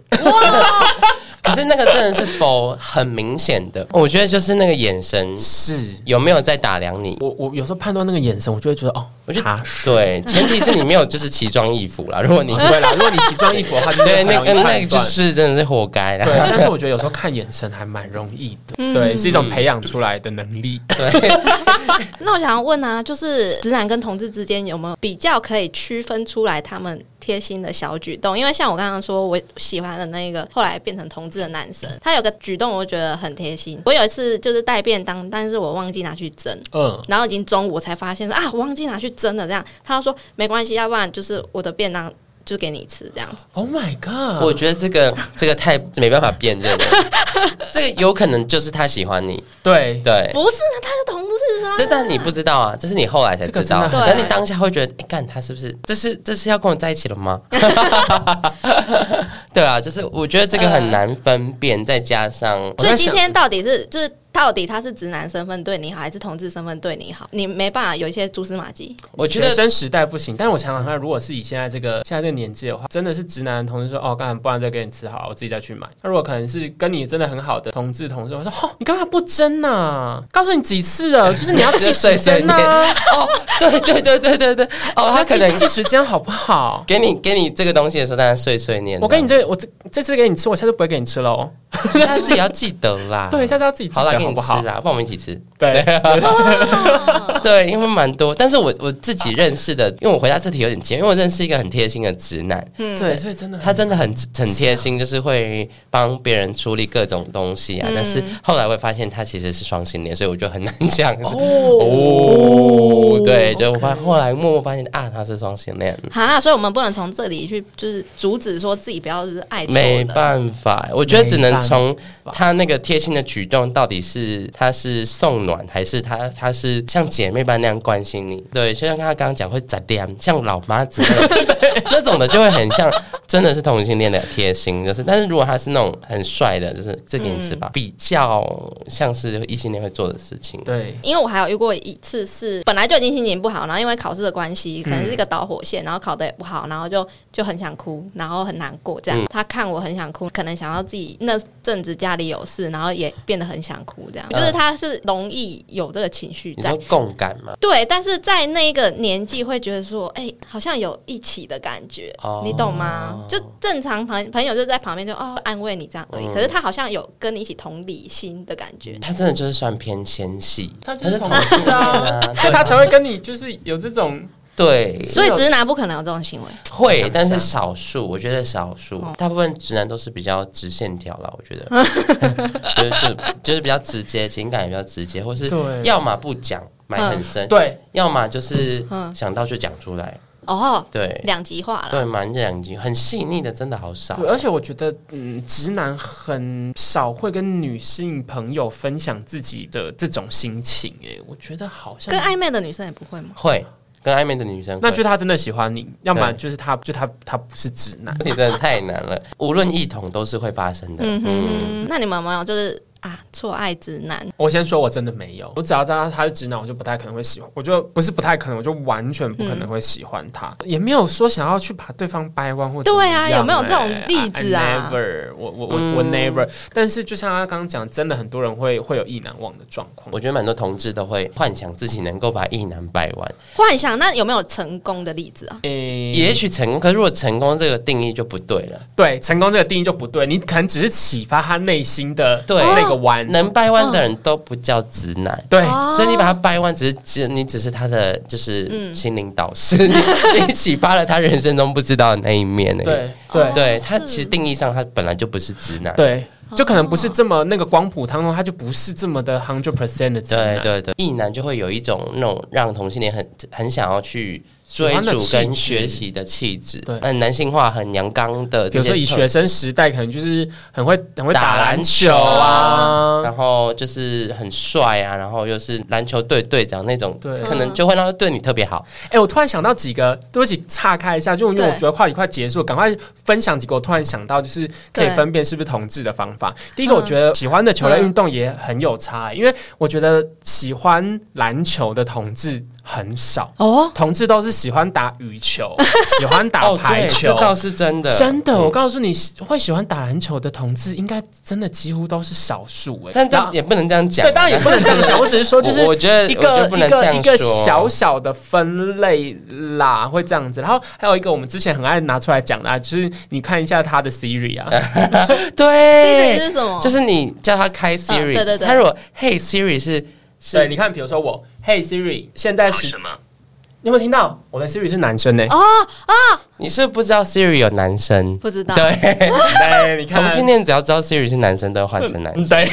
C: 可是那个真的是否很明显的，我觉得就是那个眼神
A: 是
C: 有没有在打量你。
A: 我我有时候判断那个眼神，我就会觉得哦，
C: 我觉
A: 他
C: 得
A: 是
C: 对，前提是你没有就是奇装异服啦。如果你
A: 不会啦。如果你奇装异服的话， 就
C: 对那
A: 个
C: 个那个就是真的是活该
A: 对，
C: 啦。
A: 但是我觉得有时候看眼神还蛮容易的，对，是一种培养出来的能力。
B: 那我想要问啊，就是直男跟同志之间有没有比较可以区分出来他们贴心的小举动？因为像我刚刚说，我喜欢的那个后来变成同志的男生，他有个举动我觉得很贴心。我有一次就是带便当，但是我忘记拿去蒸。
A: 嗯，
B: 然后已经中午我才发现说啊，我忘记拿去蒸了。这样，他就说没关系，要不然就是我的便当就给你吃这样子。
A: Oh my god！
C: 我觉得这个这个太没办法 辨认了，这个有可能就是他喜欢你，
A: 对
C: 对。
B: 不是啊，他是同志啊。
C: 那但你不知道啊，这是你后来才知道。
A: 这个真的
B: 很
C: 可能你当下会觉得，哎、干他是不是？这是这是要跟我在一起了 吗？对啊，就是我觉得这个很难分辨，再加上
A: 我
B: 所以
A: 在
B: 今
A: 想
B: 天到底是就是到底他是直男身份对你好，还是同志身份对你好？你没办法有一些蛛丝马迹。
C: 我觉
A: 学
C: 得
A: 生时代不行，但我想想看，如果是以现在这个现在这个年纪的话，真的是直男的同事说哦，干嘛不然再给你吃好了，我自己再去买。那如果可能是跟你真的很好的同志同事，我说哦，你干嘛不争呐、告诉你几次 了，就是你要计时针呐、
C: 哦，对对对对对对，哦，他
A: 他
C: 可
A: 可
C: 能
A: 能计时针好不好？
C: 给你给你这个东西的时候，当然碎碎念。
A: 我跟你这我这这次给你吃，我下次不会给你吃喽。
C: 大家自己要记得啦。
A: 对，下次要自己记
C: 好啦，
A: 得
C: 给
A: 好
C: 你
A: 不
C: 吃
A: 好？
C: 啦，不然我们一起吃。
A: 对，
C: 对，因为蛮多，但是我我自己认识的，因为我回答这题有点尖，因为我认识一个很贴心的直男，
A: 对，所以真的
C: 他真的很很贴心，就是会帮别人处理各种东西啊。但是后来我也发现他其实是双性恋，所以我就很难讲。是哦，对，就我发后来默默发现啊，他是双性恋。
B: 哈，所以我们不能从这里去就是阻止说自己不要就是爱错
C: 没
B: 的。
C: 办法，我觉得只能从他那个贴心的举动，到底是他是送暖，还是他他是像姐妹般那样关心你？对，就像他刚刚讲会咋样，像老妈子 那种那种的，就会很像真的是同性恋的贴心，就是。但是如果他是那种很帅的，就是这给你吃吧，比较像是异性恋会做的事情。
A: 嗯对，
B: 因为我还有遇过一次是本来就已经心情不好，然后因为考试的关系，可能是一个
C: 嗯
B: 导火线，然后考得也不好，然后就就很想哭，然后很难过这样。
C: 嗯
B: 他看我很想哭，可能想到自己那阵子家里有事，然后也变得很想哭这样。就是他是容易有这个情绪
C: 嗯你
B: 在
C: 说，共感嘛？
B: 对，但是在那个年纪会觉得说，哎、好像有一起的感觉，
C: 哦
B: 你懂吗？就正常朋朋友就在旁边就哦安慰你这样而已，
C: 嗯
B: 可是他好像有跟你一起同理心的感觉。
C: 他真的就是算偏纤细，
A: 他就
C: 他
A: 是
C: 是
A: 同
C: 同
A: 性
C: 性
A: 恋
C: 恋
A: 啊
C: 啊，
A: 所以他才会跟你就是有这种
C: 对，
B: 所以直男不可能有这种行为，
C: 会，但是少数，我觉得少数，
A: 哦
C: 大部分直男都是比较直线条啦，我觉 得， 就是就就是比较直接，情感也比较直接，或是
A: 对嗯
C: 要么不讲埋很深，
A: 对，
C: 要么就是
A: 嗯
C: 想到就讲出来，
B: 哦，
C: 对
B: 两极化了。
C: 对，蛮这两句很细腻的，真的好少
A: 对，，而且我觉得，嗯，直男很少会跟女性朋友分享自己的这种心情，哎，我觉得好像
B: 跟暧昧的女生也不会吗？
C: 会跟暧昧的女生会，
A: 那就是他真的喜欢你，要么
C: 对
A: 就是他就他他不是直男。
C: 问题真的太难了，无论异同都是会发生的，嗯
B: 嗯，那你们有没有就是啊，错爱直男？
A: 我先说，我真的没有，我只要知道他是直男，我就不太可能会喜欢，我就不是不太可能，我就完全不可
B: 嗯
A: 能会喜欢他，也没有说想要去把对方掰弯或怎么
B: 对啊
A: 样
B: 有没有这种
A: 欸
B: 例子啊嗯
A: ？I never，我我我我 never。但是就像他刚刚讲，真的很多人会会有意难忘的状况。
C: 我觉得蛮多同志都会幻想自己能够把一男掰弯，
B: 幻想那有没有成功的例子啊？
A: 诶、
C: 也许成功，可是如果成功这个定义就不对了。
A: 对成功这个定义就不对，你可能只是启发他内心的
C: 对
A: 那个弯，
C: 能掰弯的人
B: 嗯
C: 都不叫直男。
A: 对，
B: 哦
C: 所以你把他掰弯，只是只你只是他的
B: 嗯
C: 就是心灵导师，你你启发了他人生中不知道的那一面而已。
A: 对
B: 哦
A: 对
C: 对
B: 是
C: 他其实定义上他本来就不是直男。
A: 对，就可能不是这么那个光谱当中，他就不是这么的 hundred percent 的直
C: 对
A: 男。
C: 对对，异男就会有一种那种让同性恋很很想要去追
A: 喜欢的
C: 逐
A: 气
C: 跟
A: 质
C: 学习的气质
A: 对，
C: 很男性化、很阳刚的
A: 比
C: 这
A: 如
C: 些特
A: 说
C: 质。
A: 以学生时代，可能就是很会很会打篮球
B: 打
A: 啊，
C: 然后就是很帅啊，然后又是篮球队队长那种，
A: 对
C: 可
B: 嗯
C: 能就会让他对你特别好。
A: 哎、我突然想到几个，对不起，岔开一下，就因为我觉得话题快结束，赶快分享几个。我突然想到，就是可以
B: 对
A: 分辨是不是同志的方法。第一
C: 嗯
A: 个，我觉得喜欢的球类运动也很有差、欸因为我觉得喜欢篮球的同志很少，
B: 哦，
A: 同志都是喜欢打羽 球，喜欢打
C: 哦，
A: 排
C: 对，
A: 球。
C: 这倒是真的，
A: 真的，
C: 嗯
A: 我告诉你，会喜欢打篮球的同志，应该真的几乎都是少数哎、
C: 但
A: 然
C: 当
A: 后
C: 也不能这样讲啊。
A: 对，当然也不能这样 讲，我只是说就是
C: 我我觉得
A: 一
C: 我觉
A: 个
C: 得不能
A: 一
C: 这
A: 个
C: 样
A: 一个
C: 说啊
A: 小小的分类啦，会这样子。然后还有一个我们之前很爱拿出来讲的、啊，就是你看一下他的 Siri 啊，
C: 哎对
B: 这个，是什么？
C: 哎
B: 嗯
C: 就是你叫他开 Siri，、
B: 对对对
C: 他如果 Hey Siri 是是，
A: 对，你看，比如说我，Hey Siri，现在是什么？你有没有听到我的 Siri 是男生呢、
B: 哦，
C: 你是不是不知道 Siri 有男生？
B: 不知道。
C: 对，
A: 对，你看
C: 同性恋只要知道 Siri 是男生，都会换成男生，
A: 对，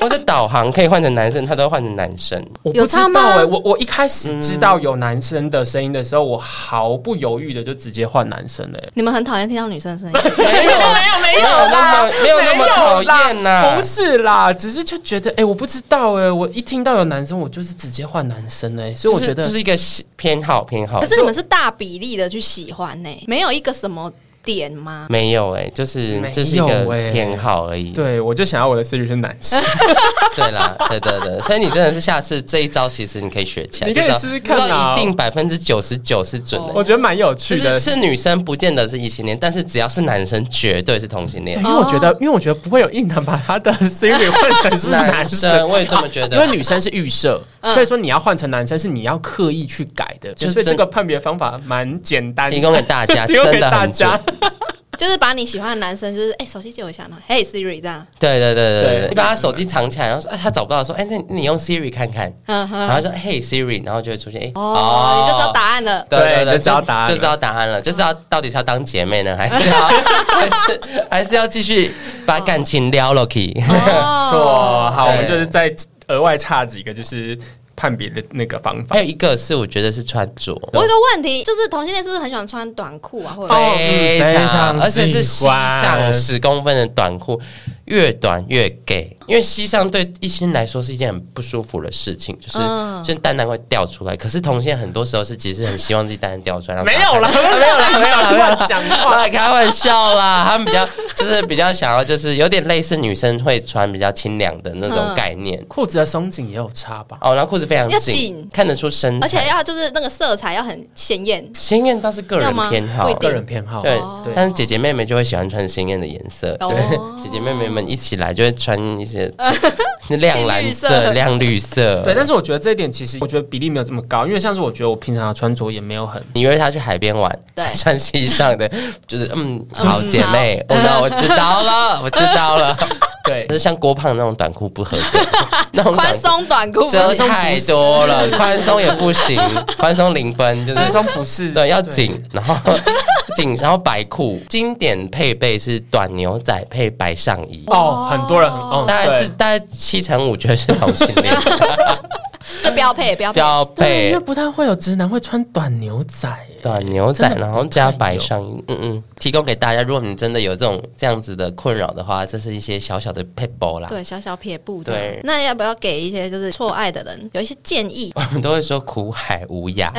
C: 或是导航可以换成男生，他都会换成男生。
A: 我不
B: 有
A: 知
B: 差
A: 道
B: 吗
A: 哎、我我一开始
C: 嗯
A: 知道有男生的声音的时候，我毫不犹豫的就直接换男生了欸、
B: 你们很讨厌听到女生的声音，
C: 没 有没有没有那么没有那么讨厌啊呐
A: 不，是啦，只是就觉得，哎、我不知道哎、我一听到有男生，我就是直接换男生哎、所以
C: 就
A: 我
C: 是
A: 觉得，
C: 就是一个喜偏好偏好
B: 可，是你们是大比例的去喜欢呢、没有一个什么点吗？
C: 没有哎，就是
A: 没有
C: 这是一个
A: 欸
C: 偏好而已。
A: 对我就想要我的思绪是男生，
C: 哦 对啦，对对对，所以你真的是下次这一招，其实你可以学起来，
A: 你可以
C: 这招
A: 试试看啊哦
C: 这招一定百分之九十九是准的。
A: 我觉得蛮有趣
C: 就
A: 的
C: 是。是女生不见得是异性恋，但是只要是男生，绝对是同性恋
A: 哎对。因为我觉
C: 哦
A: 得，因为我觉得不会有硬男把他的 Siri 换成 是 男
C: 生，
A: 生，
C: 我也这么觉
A: 因
C: 得。
A: 为女生是预设，所以说你要换成男生是你要刻意去改的，
C: 就
A: 所以
C: 真
A: 这个判别方法蛮简单的，
C: 提供给大家，
A: 提供给
C: 真的
A: 大
C: 很准
A: 家。。
B: 就是把你喜欢的男生，就是哎、手机借我一下呢，嘿 Siri 这样，
C: 对对对对对，
A: 对
C: 你把他手机藏起来，然后说，哎，他找不到，说，哎，那你用 Siri 看看，
B: 嗯
A: 啊
B: 哼
C: 然后说，嘿 Siri，然后就会出现，哎，
B: 哦，你就知道答案了。
C: 对对
A: 对
C: 对，
A: 就知道答案
C: 就
A: 了
C: 知道答案了，就知道到底是要当姐妹呢，还是要 还是还是要继续把
A: 哦
C: 感情撩了去？
A: 错，好，
C: 对
A: 我们就是再额外差几个，就是判别的那个方法
C: 还。有一个是我觉得是穿着，
B: 我有一个问题，就是同性恋是不是很喜欢穿短裤啊，或者
A: 哦嗯
C: 非
A: 非
C: 常，
A: 常
C: 而且是膝
A: 喜欢
C: 上十公分的短裤，越短越 gay。因为膝上对异性来说是一件很不舒服的事情，就是、
B: 嗯
C: 就是蛋蛋会掉出来。可是同性恋很多时候是其实很希望自己蛋蛋掉出来，然后
A: 没有啦，没有啦，没有啦，乱讲话。
C: 啊，开玩笑啦，他们比较就是比较想要，就是有点类似女生会穿比较清凉的那种概念。
A: 裤子的松紧也有差吧？
C: 哦，然后裤子非常
B: 嗯要
C: 紧
B: 紧，
C: 看得出身材，
B: 而且要就是那个色彩要很鲜艳。
C: 鲜艳倒是个人
B: 要吗
C: 偏好
B: 会，
A: 个人偏好，
C: 对
B: 哦，
C: 但是姐姐妹妹就会喜欢穿鲜艳的颜色，
B: 哦
C: 对，姐姐妹妹们一起来就会穿一 些亮蓝
B: 浅绿
C: 色、
B: 色
C: 亮绿色。
A: 对，但是我觉得这一点其实我觉得比例没有这么高，因为像是我觉得我平常的穿着也没有很
C: 你约她去海边玩，
B: 对
C: 穿西上的，就是嗯，
B: 嗯
C: 好姐妹，哦，那我知道了，我知道了，
A: 对
C: 就。是像郭胖那种短裤不合 格，那种短
B: 宽
C: 裤
B: 松 短裤，
C: 折太多了，宽松也不行，宽松零分，就是
A: 那双不是
C: 对，要紧，然后 紧，然后白裤，经典配备是短牛仔配白上衣。
A: 哦，很多人很哦，
C: 大概
A: 对
C: 是大概七成五，觉得是同性 恋
B: 这标配标配。
C: 标
A: 对，因
C: 配
A: 为不太会有直男会穿短牛仔耶，
C: 短牛仔，
A: 真的
C: 然后加白上衣，嗯嗯，提供给大家。如果你真的有这种这样子的困扰的话，这是一些小小的 p e b l 啦。
B: 对，小小撇步的。
C: 对
B: 那要不要给一些就是错爱的人有一些建议？
C: 我 们都会说苦海无 涯，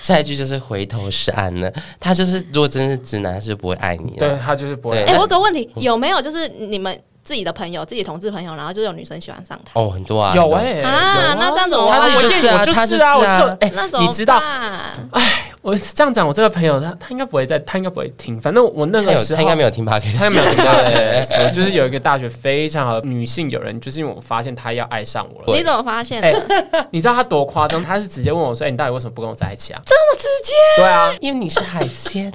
C: 下一句就是回头是岸了。他就是如果真是直男，他是不会爱你
A: 对
C: 的。
A: 他就是不
C: 对
A: 会
B: 哎、我有个问题，有没有就是你们自己的朋友，自己同志朋友，然后就是有女生喜欢上他
C: 哦，很多啊，
A: 有哎、
C: 哎、
A: 有
B: 啊那这样子我
A: 他
B: 他
A: 我
C: 己
B: 自
C: 就是啊
A: 我就
C: 他
A: 是
C: 就是啊
A: 啊，我就哎、
B: 那怎么
A: 你知道，
B: 办
A: 我这样讲，我这个朋友他他应该不会在，他应该不会听。反正我那
C: 他
A: 个
C: 有
A: 时候
C: 他应该没有听 p o d c a
A: 他
C: s
A: 没有听到的，我就是有一个大学非常好的女性友人，就是因为我发现她要爱上我了。
B: 你怎么发现的？
A: 哎、你知道她多夸张？她是直接问我说：“哎、你到底为什么不跟我在一起啊
B: 这么直接？”
A: 对啊，
C: 因为你是海鲜，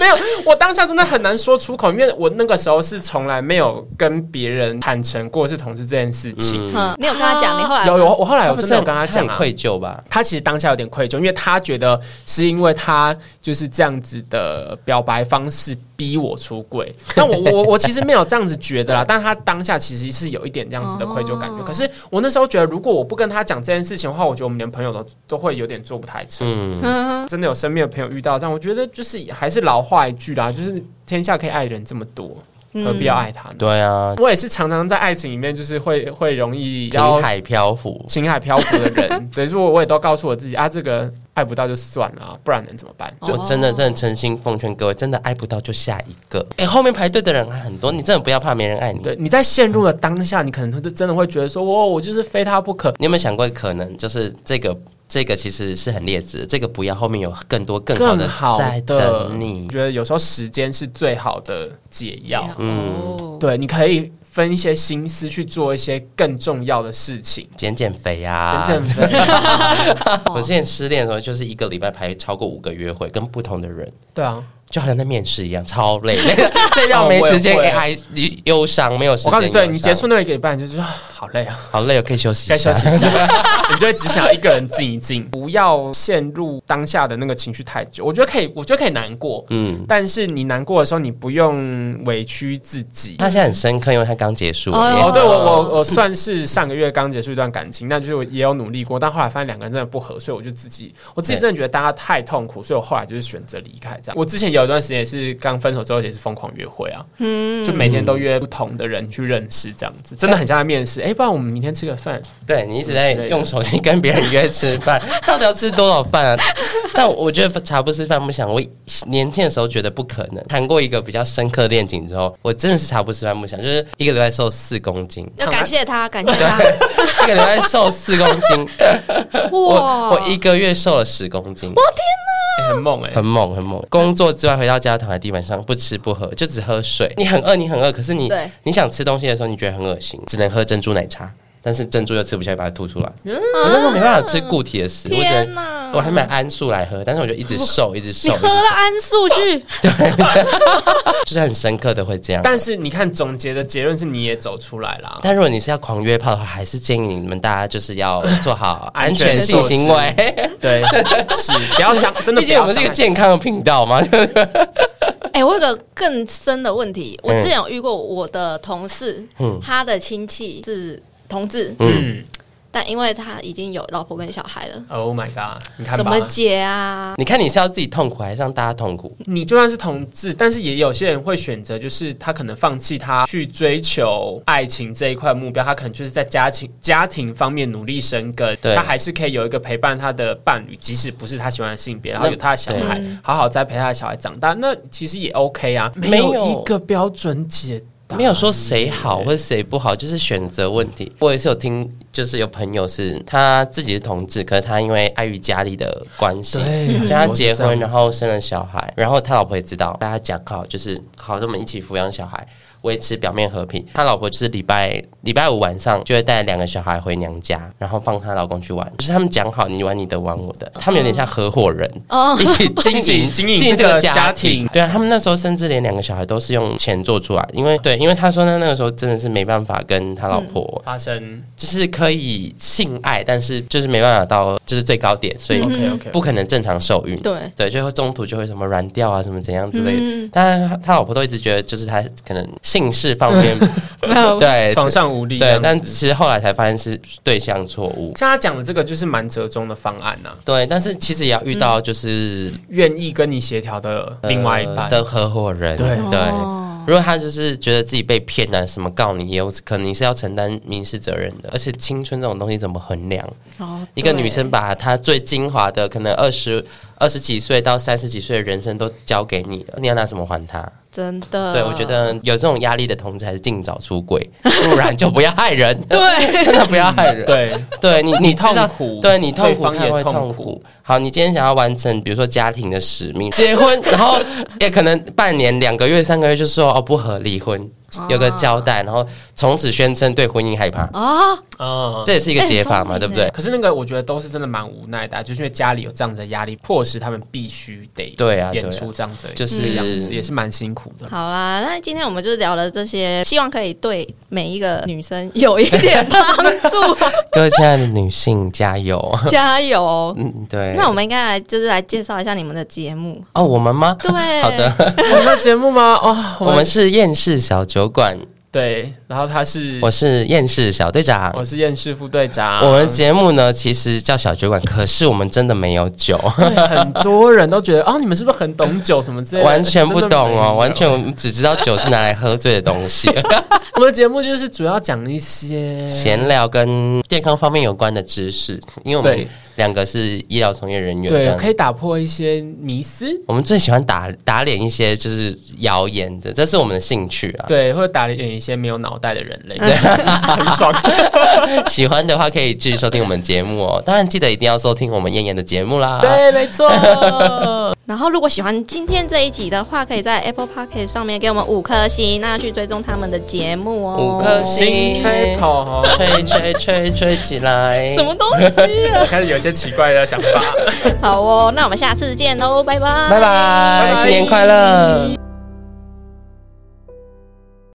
A: 没有，我当下真的很难说出口，因为我那个时候是从来没有跟别人坦诚过是同志这件事情。
C: 嗯，
B: 嗯，你有跟他讲？你后来
A: 有有，我我后来
C: 他
A: 我
C: 不
A: 真
C: 是
A: 的有
C: 很
A: 跟她讲、
C: 他
A: 啊
C: 很，愧疚吧？
A: 他其实当下有点愧疚，因为他觉得是因为他就是这样子的表白方式逼我出柜。但我我我其实没有这样子觉得啦，但他当下其实是有一点这样子的愧疚感觉。
B: 哦
A: 可是我那时候觉得，如果我不跟他讲这件事情的话，我觉得我们连朋友都都会有点做不太成。
C: 嗯，
B: 嗯，
A: 真的有身边的朋友遇到这样，我觉得就是还是老话一句啦，就是天下可以爱的人这么多，
B: 嗯
A: 何必要？爱他呢？
C: 对啊，
A: 我也是常常在爱情里面，就是会会容易
C: 平
A: 要
C: 海漂浮，
A: 情海漂浮的人，对，所以我也都告诉我自己啊，这个爱不到就算了啊，不然能怎么办？
B: 哦
A: 就
C: 我真的真的诚心奉劝各位，真的爱不到就下一个。哎、后面排队的人还很多，你真的不要怕没人爱你。
A: 对，你在陷入了当下，你可能就真的会觉得说，哇，我就是非他不可，
C: 你有没有想过，可能就是这个这个其实是很劣质的，这个不要，后面有更多更好
A: 更
C: 的
A: 好
C: 在
A: 的
C: 等你。
A: 觉得有时候时间是最好的解药，
B: 嗯，
A: 对，你可以分一些心思去做一些更重要的事情。
C: 减减肥
A: 真
C: 啊！
A: 正分
C: 我之前失恋的时候，就是一个礼拜排超过五个约会，跟不同的人，
A: 对啊，
C: 就好像在面试一样，超累，那个那让没时间
A: 哦我也
C: 给
A: 会
C: 爱忧伤，没有时
A: 我
C: 间。
A: 告诉你，对你结束，那个一半就是啊好累啊，
C: 好累哦，可以休息
A: 该
C: 一
A: 休
C: 下。
A: 息一下，你就会只想要一个人静一静， 不要陷入当下的那个情绪太久。我觉得可以，我觉得可以难过，
C: 嗯，
A: 但是你难过的时候，你不用委屈自己。
C: 他现在很深刻，因为他刚结束。
B: 哦
A: 哦，对我我我算是上个月刚结束一段感情，那就是我也有努力过，但后来发现两个人真的不合，所以我就自己我自己
C: 对
A: 真的觉得大家太痛苦，所以我后来就是选择离开。这样，我之前有一段时间也是刚分手之后也是疯狂约会啊，
B: 嗯
A: 就每天都约不同的人去认识，这样子真的很像在面试。哎、不然我们明天吃个饭，
C: 对你一直在用手机跟别人约 吃饭，到底要吃多少饭啊？但我觉得茶不思饭不想。我年轻的时候觉得不可能，谈过一个比较深刻的恋情之后，我真的是茶不思饭不想，就是一个礼拜瘦四公斤，
B: 要感谢他，感谢他。
C: 一个礼拜瘦四公斤，我
B: 哇，
C: 我一个月瘦了十公斤，
A: 诶很猛哎、
C: 很猛很猛。工作之外回到家躺在地板上不吃不喝，就只喝水。你很饿，你很饿，可是你
B: 对
C: 你想吃东西的时候，你觉得很恶心，只能喝珍珠奶茶。但是珍珠又吃不下去，把它吐出来。我那时候没办法吃固体的食物，我只能
B: 天哪！
C: 我还买桉素来喝，但是我就一直瘦，一直瘦，
B: 你喝了安素去，
C: 就是很深刻的会这样。但
A: 但是你看总结的结论是你也走出来啦，
C: 但如果你是要狂约炮的话，还是建议你们大家就是要做好安
A: 安全
C: 全性
A: 措施
C: 行为。
A: 对，是不要伤，真的
C: 毕
A: 不
C: 竟
A: 要
C: 我们是
A: 伤
C: 一
A: 害
C: 个健康的频道嘛，
B: 哎、我有个更深的问题，我
C: 嗯
B: 之前有遇过我的同事，
C: 嗯
B: 他的亲戚是同志，
A: 嗯
B: 但因为他已经有老婆跟小孩了，
A: ，Oh my god，你看
B: 怎
A: 吧
B: 么，解啊？
C: 你看你是要自己痛苦，还是让大家痛苦？
A: 你就算是同志，但是也有些人会选择，就是他可能放弃他去追求爱情这一块目标，他可能就是在家庭家庭方面努力生根，
C: 对
A: 他还是可以有一个陪伴他的伴侣，即使不是他喜欢的性别，然后
C: 那
A: 有他的小孩，好好栽培他的小孩长大，那其实也 OK 啊，
C: 没
A: 没
C: 有
A: 有一个标准解答，
C: 没有说谁
A: 嗯
C: 好或者谁不好，就是选择问题。我也是有听，就是有朋友是他自己是同志，可是他因为碍于家里的关系，
A: 对，
C: 所以他
A: 我
C: 结
A: 是这样
C: 婚，
A: 子
C: 然后生了小孩，然后他老婆也知道，大家讲好就是好，那我们一起抚养小孩，维持表面和平。他老婆就是礼拜礼拜五晚上就会带两个小孩回娘家，然后放她老公去玩，就是他们讲好，你玩你的，玩我的，他们有点像合伙人。
B: 哦，
C: 一起经
A: 一起
C: 营
A: 经营
C: 经营
A: 这
C: 这
A: 个
C: 个
A: 家
C: 家
A: 庭
C: 庭，对啊，他们那时候甚至连两个小孩都是用钱做出来，因为对，因为他说他那个时候真的是没办法跟他老婆
A: 发生
C: 就是可以性爱，但是就是没办法到就是最高点，所以
A: OK OK，
C: 不可能正常受孕。
B: 对，
C: 嗯对，就会中途就会什么软掉啊，什么怎样之类的。
B: 嗯，
C: 但他他老婆都一直觉得，就是他可能性事方面 对
A: 床上无力这样
C: 对
A: 子，，
C: 但其实后来才发现是对象错误。
A: 像他讲的这个就是蛮折中的方案呐、啊，
C: 对，但是其实也要遇到就是、
A: 愿意跟你协调的另外一半。
C: 呃的合伙人，
A: 对
C: 对。
B: 哦
C: 如果他就是觉得自己被骗啊，什么告你，也有可能你是要承担民事责任的。而且青春这种东西怎么衡量？
B: 哦
C: 一个女生把她最精华的，可能二十二十几岁到三十几岁的人生都交给你了，你要拿什么还她？
B: 对真的。。
C: 对，我觉得有这种压力的同志还是尽早出轨，不然就不要害人
B: 对，
C: 真的不要害人，
A: 对，
C: 对你，你知
A: 痛
C: 道
A: 苦，
C: 对你痛
A: 对
C: 苦，
A: 方
C: 他
A: 也
C: 会
A: 痛
C: 痛苦。好，你今天想要完成，比如说家庭的使命，结婚，然后也可能半年、两个月、三个月，就说哦不合离婚，有个交代，然后从此宣称对婚姻害怕，
B: 哦，
A: 啊。
C: 这也是一个解法嘛，
B: 哎很聪明
C: 对不对？
A: 可是那个我觉得都是真的蛮无奈的啊、就是因为家里有这样子的压力，迫使他们必须得
C: 对啊，对
A: 演
C: 啊，
A: 出这样子的，
C: 就是
A: 样子，也是蛮辛苦 的。
B: 好啦，那今天我们就聊了这些，希望可以对每一个女生有一点帮 助，
C: 各位亲爱的女性，加油！
B: 加油！
C: 嗯，对。
B: 那我们应该来就是来介绍一下你们的节目，
C: 哦，我们吗？
B: 对，
C: 好的，
A: 我们的节目吗？哦，
C: 我们是厌世小酒馆，
A: 对，然后他是
C: 我是厌世小队长。
A: 我是厌世副队长，
C: 我们的节目呢，其实叫小酒馆，可是我们真的没有酒。
A: 对很多人都觉得哦，你们是不是很懂酒什么之类的？
C: 完全不
A: 真的
C: 懂
A: 没有
C: 哦，完全我们只知道酒是拿来喝醉的 东西，
A: 我们的节目就是主要讲一些
C: 闲聊跟健康方面有关的知识，因为我
A: 对
C: 们两个是医疗从业人员，这
A: 对，
C: 样
A: 可以打破一些迷思，
C: 我们最喜欢打打脸一些就是谣言的，这是我们的兴趣啊。
A: 对，或者打脸一些没有脑袋的人类，很爽。
C: 喜欢的话可以继续收听我们节目哦，当然记得一定要收听我们燕燕的节目啦。
A: 对，没错。
B: 然后，如果喜欢今天这一集的话，可以在 Apple p o c k e t 上面给我们五颗星，那去追踪他们的节目
C: 五
B: 哦。
C: 颗星
A: 新吹捧，
C: 吹吹吹吹起来，
B: 什么东西 啊？
A: 开始有一些奇怪的想法。
B: 好哦，那我们下次见喽，拜拜，
C: 拜拜，新年快乐！